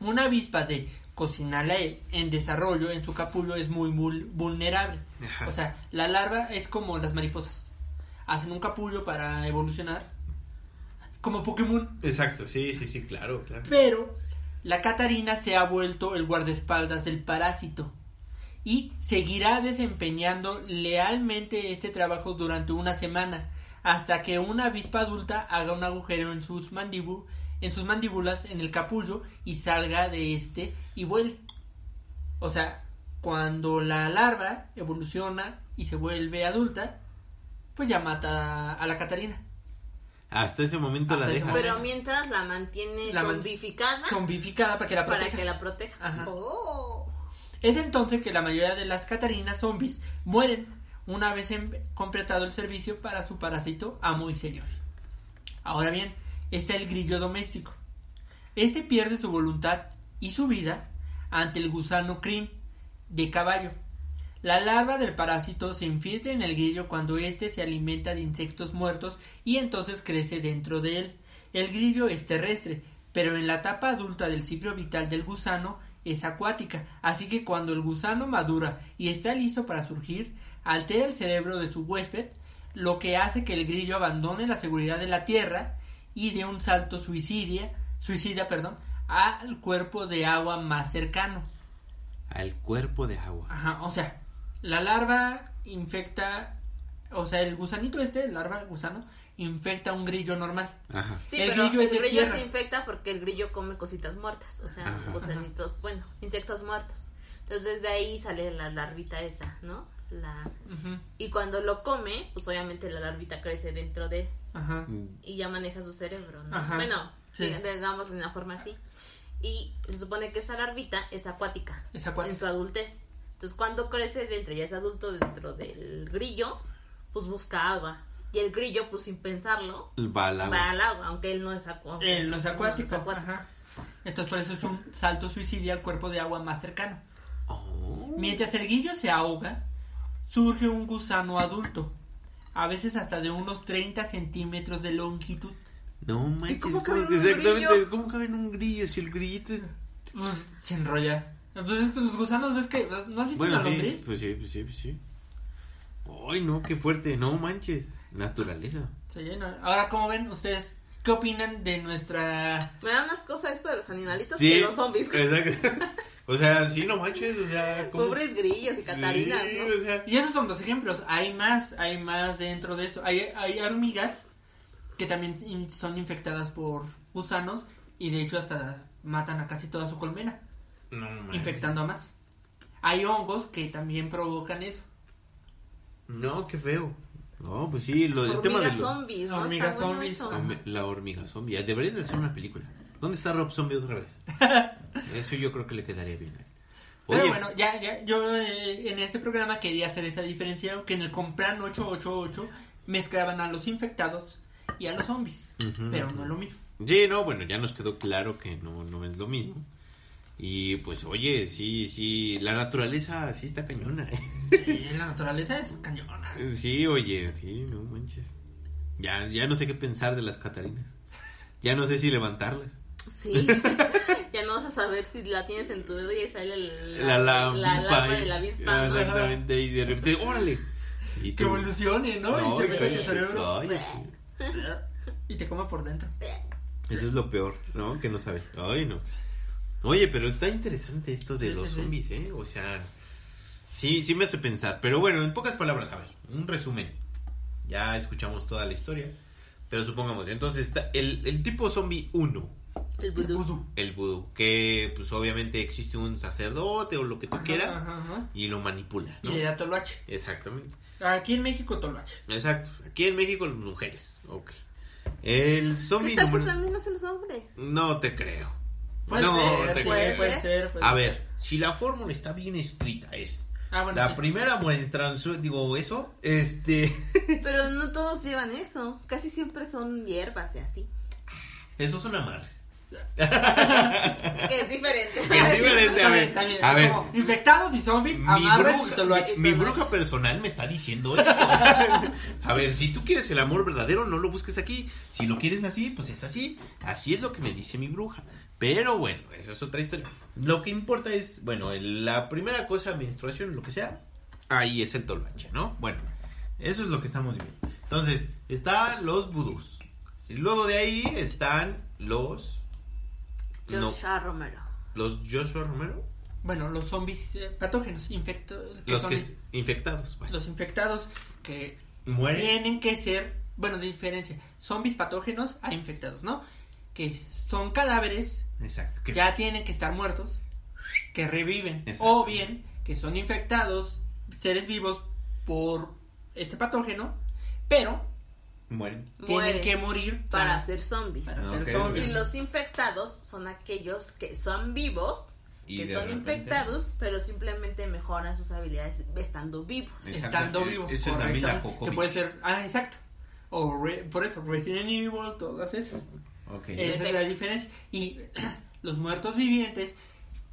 S2: Una avispa de Cocinalae en desarrollo en su capullo es muy, muy vulnerable.
S1: Ajá.
S2: O sea, la larva es como las mariposas. Hacen un capullo para evolucionar. Como Pokémon.
S1: Exacto, sí, sí, sí, claro, claro.
S2: Pero la Catarina se ha vuelto el guardaespaldas del parásito y seguirá desempeñando lealmente este trabajo durante una semana hasta que una avispa adulta haga un agujero en sus mandíbu- en sus mandíbulas en el capullo y salga de este y vuele. O sea, cuando la larva evoluciona y se vuelve adulta, pues ya mata a la Catarina.
S1: Hasta ese momento
S2: Hasta
S1: la
S2: ese
S1: deja.
S2: momento.
S3: Pero mientras la mantienes
S2: Ah. La man-
S3: zombificada
S2: Zombificada para que la
S3: para
S2: proteja.
S3: que la proteja.
S2: Ajá.
S3: Oh.
S2: Es entonces que la mayoría de las Catarinas zombies mueren una vez em- completado el servicio para su parásito amo y señor. Ahora bien, está el grillo doméstico. Este pierde su voluntad y su vida ante el gusano crin de caballo. La larva del parásito se infiltra en el grillo cuando éste se alimenta de insectos muertos y entonces crece dentro de él. El grillo es terrestre, pero en la etapa adulta del ciclo vital del gusano es acuática, así que cuando el gusano madura y está listo para surgir, altera el cerebro de su huésped, lo que hace que el grillo abandone la seguridad de la tierra y dé un salto suicidia, suicida perdón, al cuerpo de agua más cercano.
S1: Al cuerpo de agua.
S2: Ajá, o sea, la larva infecta, o sea, el gusanito este, larva, gusano, infecta un grillo normal.
S1: Ajá.
S3: Sí,
S2: El
S3: pero
S2: grillo es
S3: el
S2: de
S3: grillo
S2: tierra.
S3: se infecta porque el grillo come cositas muertas, o sea,
S1: Ajá.
S3: gusanitos, bueno, insectos muertos. Entonces de ahí sale la larvita esa, ¿no? La
S2: Ujú,
S3: y cuando lo come, pues obviamente la larvita crece dentro de él
S2: Ajá.
S3: y ya maneja su cerebro, ¿no?
S2: Ajá.
S3: Bueno,
S2: Sí.
S3: diga- digamos de una forma así. Y se supone que esta larvita es acuática
S2: Es acuática.
S3: en su adultez. Entonces, cuando crece dentro, ya es adulto dentro del grillo, pues busca agua. Y el grillo, pues sin pensarlo,
S1: Va al agua.
S3: va al agua, aunque él no es acuático.
S2: En los acuáticos.
S3: No, no es acuático.
S2: ajá. Entonces por eso es un salto suicidio al cuerpo de agua más cercano.
S1: Oh.
S2: Mientras el guillo se ahoga, surge un gusano adulto, a veces hasta de unos 30 centímetros de longitud.
S1: No manches.
S3: ¿Y cómo cabe en un
S1: exactamente,
S3: grillo?
S1: ¿cómo cabe en un grillo? Si el grillito es.
S2: Pues, se enrolla. Entonces estos- los gusanos, ¿ves que no has visto
S1: Bueno,
S2: una
S1: sí.
S2: lombriz?
S1: Pues sí, pues sí, pues sí. Ay, no, qué fuerte. No manches. Naturaleza.
S2: Se llena. Ahora, ¿cómo ven ustedes? ¿Qué opinan de nuestra...
S3: Me da unas cosas esto de los animalitos
S1: Sí.
S3: que los zombies.
S1: Exacto. O sea, sí, no manches. O sea, ¿cómo?
S3: Pobres grillos y catarinas,
S1: Sí,
S3: ¿no?
S1: o sea.
S2: Y esos son dos ejemplos. Hay más, hay más dentro de esto. Hay, hay hormigas que también in- son infectadas por gusanos y de hecho hasta matan a casi toda su colmena,
S1: No manches.
S2: infectando a más. Hay hongos que también provocan eso.
S1: No, qué feo. No, pues sí, lo, el tema de
S3: Hormigas
S1: lo-
S3: zombies, ¿no?
S2: Hormigas
S3: Está bueno
S2: zombies.
S3: eso.
S1: Home- La hormiga zombie. Ah, Deberían de hacer una película. ¿Dónde está Rob Zombie otra vez? Eso yo creo que le quedaría bien. a él.
S2: Pero
S1: Oye,
S2: bueno, ya, ya, yo eh, en este programa quería hacer esa diferencia que en el Compran 888 mezclaban a los infectados y a los zombies,
S1: Ujú.
S2: pero no lo mismo.
S1: Sí, no, bueno, ya nos quedó claro que no, no es lo mismo. Y pues oye, sí, sí, la naturaleza sí está cañona. ¿eh?
S2: Sí, la naturaleza es cañona.
S1: Sí, oye, sí, no manches. Ya, ya no sé qué pensar de las Catarinas. Ya no sé si levantarlas.
S3: Sí. ya no vas a saber si la tienes en tu dedo y ahí sale la,
S1: La, la, avispa,
S3: alarma
S1: ¿eh?
S3: de la avispa.
S1: Ah, Exactamente, y de repente, órale. Y tú-
S2: Que evolucione, ¿no?
S1: No,
S2: y se meta en
S1: oye,
S2: tu cerebro
S1: oye,
S2: y te coma por dentro.
S1: Eso es lo peor, ¿no? Que no sabes. Ay, no. Oye, pero está interesante esto de
S2: Sí, sí,
S1: los
S2: sí.
S1: zombies, ¿eh? O sea, sí, sí me hace pensar. Pero bueno, en pocas palabras, a ver, un resumen. Ya escuchamos toda la historia. Pero supongamos, entonces está el, el tipo zombie 1,
S3: El
S2: El
S3: vudú.
S2: vudú.
S1: el vudú, que pues obviamente existe un sacerdote o lo que tú quieras
S2: Ajá, ajá.
S1: y lo manipula,
S2: Y
S1: ¿no?
S2: le da toloache.
S1: Exactamente.
S2: Aquí en México toloache.
S1: Exacto. Aquí en México, las mujeres. Ok. El
S3: ¿Qué
S1: zombie
S3: tal por
S1: número-
S3: también hacen los hombres?
S1: No te creo.
S2: Puede
S1: no
S2: ser,
S1: te
S2: sí,
S3: puede
S1: creo.
S3: ser.
S2: puede
S1: A ver, si la fórmula está bien escrita, es.
S2: Ah, bueno,
S1: la
S2: sí.
S1: primera muestra, digo, eso, este.
S3: Pero no todos llevan eso. Casi siempre son hierbas y así.
S1: Esos son amarres.
S3: Que es diferente.
S1: Que es diferente, a ver.
S2: También, también,
S1: A ver.
S2: como Infectados y zombies,
S1: Mi
S2: amarres y
S1: bruja,
S2: toloache.
S1: mi bruja personal me está diciendo eso. A ver, si tú quieres el amor verdadero, no lo busques aquí. Si lo quieres así, pues es así. Así es lo que me dice mi bruja. Pero bueno, eso es otra historia. Lo que importa es, bueno, la primera cosa, menstruación, lo que sea, ahí es el toloache, ¿no? Bueno, eso es lo que estamos viendo. Entonces, están los vudús. Y luego de ahí están los... No,
S3: George Romero.
S1: los Joshua Romero.
S2: Bueno, los zombies eh, patógenos, infectos.
S1: Los que es- infectados. vaya.
S2: los infectados que
S1: Mueren.
S2: tienen que ser, bueno, de diferencia, zombies patógenos a infectados, ¿no? Que son cadáveres,
S1: Exacto. que-
S2: ya tienen que estar muertos, que reviven.
S1: Exacto.
S2: O bien, que son infectados, seres vivos por este patógeno, pero
S1: Mueren.
S3: Mueren
S2: tienen que morir
S3: Para
S2: para,
S3: ser zombies.
S2: para
S1: Ah,
S2: ser
S1: ok,
S2: zombies.
S3: Y los infectados son aquellos que son vivos,
S1: Y
S3: que
S1: de
S3: son
S1: repente-
S3: infectados, pero simplemente mejoran sus habilidades estando vivos.
S1: Exacto,
S2: estando
S1: eh,
S2: vivos.
S1: eso es la
S2: correctamente,
S1: Mila Jovovich.
S2: que puede ser, ah, exacto. O re- por eso, Resident Evil, todas esas.
S1: Ok.
S2: Esa es la diferencia. Y los muertos vivientes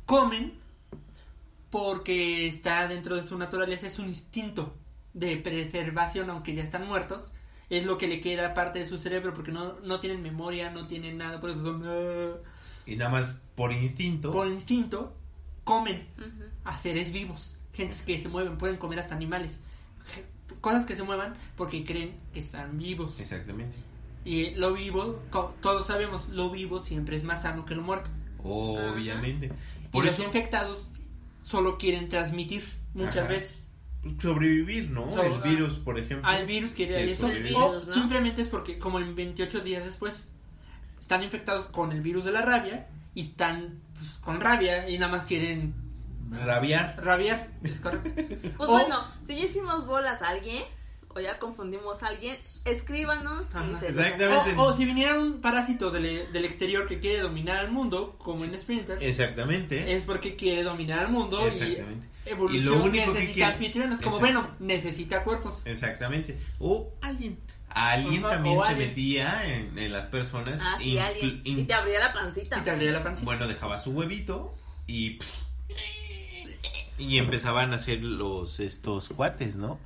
S2: comen porque está dentro de su naturaleza, es un instinto de preservación, aunque ya están muertos. Es lo que le queda parte de su cerebro porque no, no tienen memoria, no tienen nada, por eso son. "Ah".
S1: Y nada más por instinto.
S2: Por instinto, comen
S3: Ujú.
S2: a seres vivos, gentes que se mueven, pueden comer hasta animales, cosas que se muevan porque creen que están vivos.
S1: Exactamente.
S2: Y lo vivo, co- todos sabemos, lo vivo siempre es más sano que lo muerto.
S1: Obviamente.
S2: Por
S1: Por
S2: y
S1: eso
S2: los infectados solo quieren transmitir muchas
S1: Ajá.
S2: veces.
S1: sobrevivir, ¿no?
S2: So- ah,
S1: el virus, por ejemplo.
S2: Al virus quiere
S1: El
S2: eso.
S1: virus,
S2: o
S3: ¿no?
S2: simplemente es porque como en 28 días después están infectados con el virus de la rabia y están pues, con rabia y nada más quieren
S1: Rabiar.
S2: rabiar. Es correcto.
S3: Pues
S2: O-
S3: bueno, si ya hicimos bolas a alguien o ya confundimos a alguien, escríbanos y
S2: Ajá.
S3: se
S1: Exactamente.
S2: O, o si viniera un parásito del, e, del exterior que quiere dominar al mundo, como en Splinter,
S1: Exactamente.
S2: es porque quiere dominar al mundo y
S1: Exactamente.
S2: evolución
S1: Y lo único que
S2: necesita
S1: quiere-
S2: anfitriones, como
S1: Exacto.
S2: bueno, necesita cuerpos.
S1: Exactamente. O alguien. Alguien
S2: Ajá,
S1: también
S2: o
S1: se
S2: alguien.
S1: metía en, en las personas.
S3: Ah, sí,
S1: inclu-
S3: alguien.
S1: in-
S3: Y te abría la pancita.
S2: Y te abrirá la pancita.
S1: Bueno, dejaba su huevito y. pff, y empezaban a hacer los estos cuates, ¿no?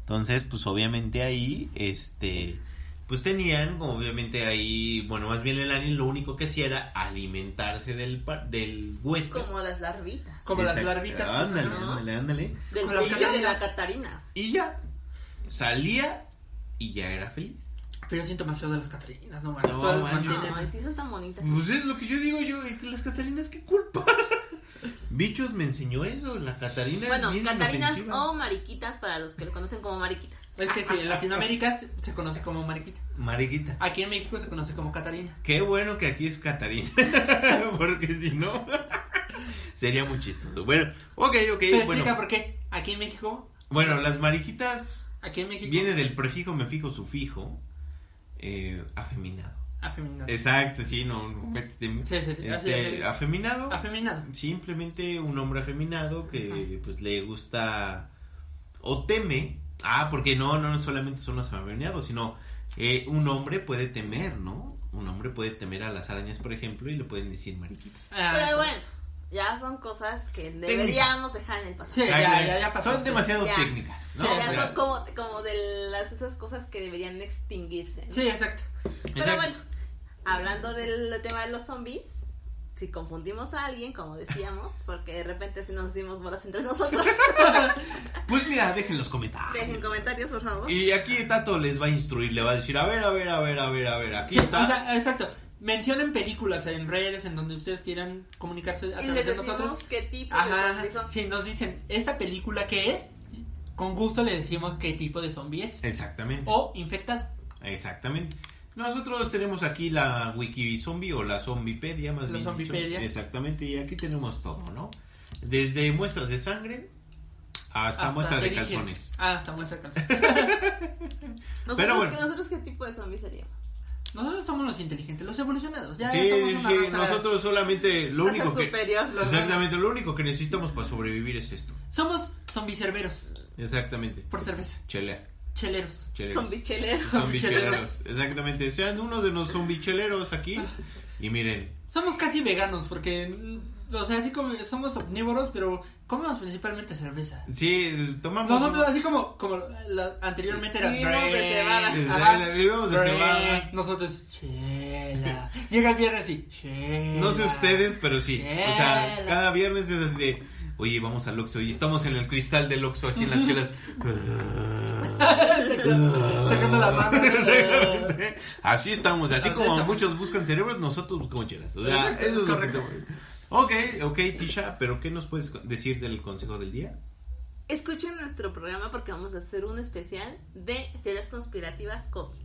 S1: Entonces, pues obviamente ahí, este. Pues tenían, obviamente ahí, bueno, más bien el alien lo único que hacía era alimentarse del, par- del huésped.
S3: Como las larvitas.
S2: Como las
S1: Exacto.
S2: larvitas.
S1: Ándale,
S3: Ajá.
S1: ándale, ándale.
S3: Del
S2: con las
S3: brillo de la
S2: catarinas.
S3: Catarina.
S1: Y ya. Salía y ya era feliz.
S2: Pero yo siento más feo de las Catarinas, no mames.
S1: No,
S2: Todas las
S1: man, no.
S2: mantienen.
S3: Ay, sí son tan bonitas.
S1: Pues es lo que yo digo yo, eh, que las Catarinas, ¿qué culpa? Bichos me enseñó eso, la Catarina
S3: Bueno,
S1: es bien
S3: Catarinas
S1: inofensiva.
S3: o mariquitas para los que lo conocen como mariquitas.
S2: Es que sí, en Latinoamérica se- se conoce como Mariquita.
S1: Mariquita.
S2: Aquí en México se conoce como Catarina.
S1: Qué bueno que aquí es Catarina, porque si no, sería muy chistoso. Bueno, ok, ok,
S2: Pero
S1: bueno.
S2: explica por qué. Aquí en México.
S1: Bueno, las mariquitas
S2: Aquí en México.
S1: viene del prefijo, mefijo, sufijo, eh, afeminado.
S2: Afeminado.
S1: Exacto, sí, no, no, métete.
S2: Sí, sí, sí, así
S1: Este,
S2: es.
S1: afeminado,
S2: Afeminado.
S1: simplemente un hombre afeminado que pues le gusta o teme Ah, porque no, no solamente son los amaeoneados, sino eh, un hombre puede temer, ¿no? Un hombre puede temer a las arañas, por ejemplo, y le pueden decir mariquita.
S2: Ah,
S3: Pero bueno, ya son cosas que deberíamos dejar en el pasado.
S2: Sí, ya, ya, ya pasó.
S1: son demasiado
S3: Ya.
S1: técnicas, ¿no?
S3: O sea,
S2: Sí,
S3: ya
S1: O sea,
S3: son como, como de las esas cosas que deberían extinguirse. ¿no?
S2: Sí, exacto.
S3: Pero
S1: exacto.
S3: bueno, hablando del tema de los zombies, si confundimos a alguien, como decíamos, porque de repente si nos hicimos bolas entre nosotros,
S1: Pues mira, dejen los comentarios.
S3: dejen comentarios, por favor.
S1: Y aquí Tato les va a instruir, le va a decir, a ver, a ver, a ver, a ver, a ver, aquí
S2: Sí,
S1: está.
S2: o sea, exacto. Mencionen películas en redes en donde ustedes quieran comunicarse a
S3: Y les
S2: través de
S3: decimos
S2: nosotros.
S3: qué tipo de
S2: Ajá.
S3: zombies son.
S2: Si nos dicen esta película qué es, con gusto les decimos qué tipo de zombie es.
S1: Exactamente.
S2: O infectado.
S1: Exactamente. Nosotros tenemos aquí la Wiki Zombie o la Zombipedia, más bien.
S2: La
S1: dicho.
S2: Zombipedia.
S1: Exactamente, y aquí tenemos todo, ¿no? Desde muestras de sangre hasta,
S2: hasta
S1: muestras de
S2: diriges-
S1: calzones.
S2: Ah, hasta muestras de calzones.
S3: Nosotros,
S1: Pero bueno.
S3: ¿qué- nosotros qué tipo de zombies seríamos.
S2: Nosotros somos los inteligentes, los evolucionados. Ya
S1: sí,
S2: somos una
S1: sí,
S2: raza-
S1: nosotros solamente lo
S3: Raza
S1: único que.
S3: superior.
S2: Los-
S1: Exactamente, lo único que necesitamos para sobrevivir es esto.
S2: Somos zombicerberos
S1: Exactamente.
S2: por cerveza.
S1: Chelea.
S2: Cheleros.
S1: chelea.
S3: Zombicheleros.
S1: Zombicheleros. Exactamente. Sean uno de los zombicheleros aquí. Y miren,
S2: Somos casi veganos porque, mm, o sea, así como somos omnívoros, pero comemos principalmente cerveza.
S1: sí, tomamos.
S2: Nosotros así como, como la- anteriormente era
S3: Vivimos de
S2: "Break".
S3: cebada.
S2: Ajá.
S1: Exacto, vivimos de
S2: Break.
S1: cebada.
S2: Nosotros, chela. Llega el viernes y, chela.
S1: No sé ustedes, pero sí. O sea,
S2: Chela.
S1: cada viernes es así de, oye, vamos al Oxxo y estamos en el cristal del Oxxo, así en las chelas.
S2: Sacando la mano.
S1: así estamos, así
S2: Así
S1: como
S2: estamos.
S1: muchos buscan cerebros, nosotros buscamos chelas. O sea,
S2: Exacto,
S1: eso es lo que
S2: correcto.
S1: estamos. Ok, ok, Tisha, pero ¿qué nos puedes decir del consejo del día?
S3: Escuchen nuestro programa porque vamos a hacer un especial de teorías conspirativas COVID.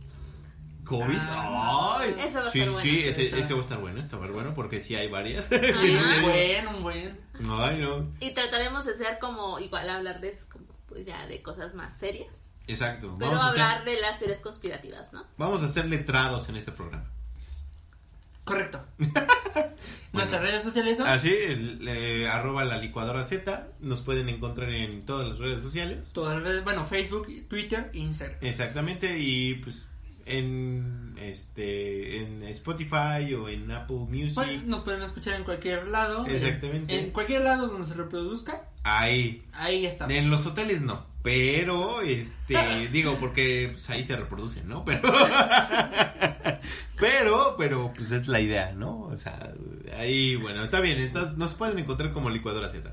S1: COVID.
S2: Ah,
S1: Ay.
S3: eso va a
S1: sí,
S3: estar
S1: sí,
S3: bueno,
S1: ese,
S2: esa.
S1: ese va a estar bueno, está va a estar bueno porque sí hay varias.
S3: Ajá.
S2: Un buen, un buen.
S1: Ay, no.
S3: Y trataremos de ser como, igual hablarles como pues ya de cosas más serias.
S1: Exacto.
S3: Pero
S1: vamos, a hacer-
S3: hablar de las teorías conspirativas, ¿no?
S1: vamos a ser letrados en este programa.
S2: Correcto. Nuestras redes sociales son
S1: Así, Ah, el, eh, arroba la licuadora Z. Nos pueden encontrar en todas las redes sociales.
S2: todas las redes- bueno, Facebook, Twitter, Instagram.
S1: Eh, Exactamente. Y pues en este en Spotify o en Apple
S2: Bueno,
S1: Music.
S2: Pues, Nos pueden escuchar en cualquier lado. en-
S1: Exactamente.
S2: En, cualquier lado donde se reproduzca,
S1: Ahí.
S2: ahí estamos.
S1: En los hoteles no. Pero, este, digo, porque pues, ahí se reproducen, ¿no? Pero, pero, pero, pues es la idea, ¿no? O sea, ahí, bueno, está bien. Entonces, nos pueden encontrar como licuadora Z.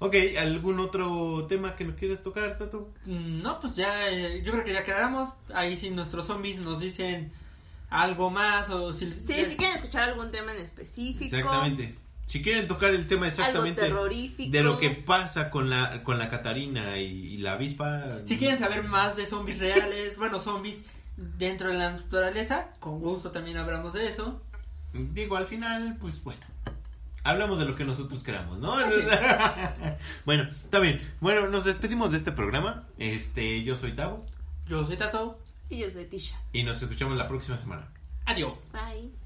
S1: Ok, ¿algún otro tema que no quieras tocar, Tato?
S2: Mm, No, pues ya, eh, yo creo que ya quedamos. Ahí si nuestros zombies nos dicen algo más o si...
S3: Sí,
S2: eh,
S3: si quieren escuchar algún tema en específico.
S1: Exactamente. Si quieren tocar el tema
S3: Algo
S1: exactamente
S3: terrorífico.
S1: de lo que pasa con la con la Catarina y, y la avispa.
S2: Si quieren saber más de zombies reales, bueno, zombies dentro de la naturaleza, con gusto también hablamos de eso.
S1: Digo, al final, pues bueno. Hablamos de lo que nosotros queramos, ¿no?
S2: Ah,
S1: bueno, está bien. Bueno, nos despedimos de este programa. Este, yo soy Tavo
S2: Yo soy Tato.
S3: Y yo soy Tisha.
S1: y nos escuchamos la próxima semana.
S2: Adiós.
S3: Bye.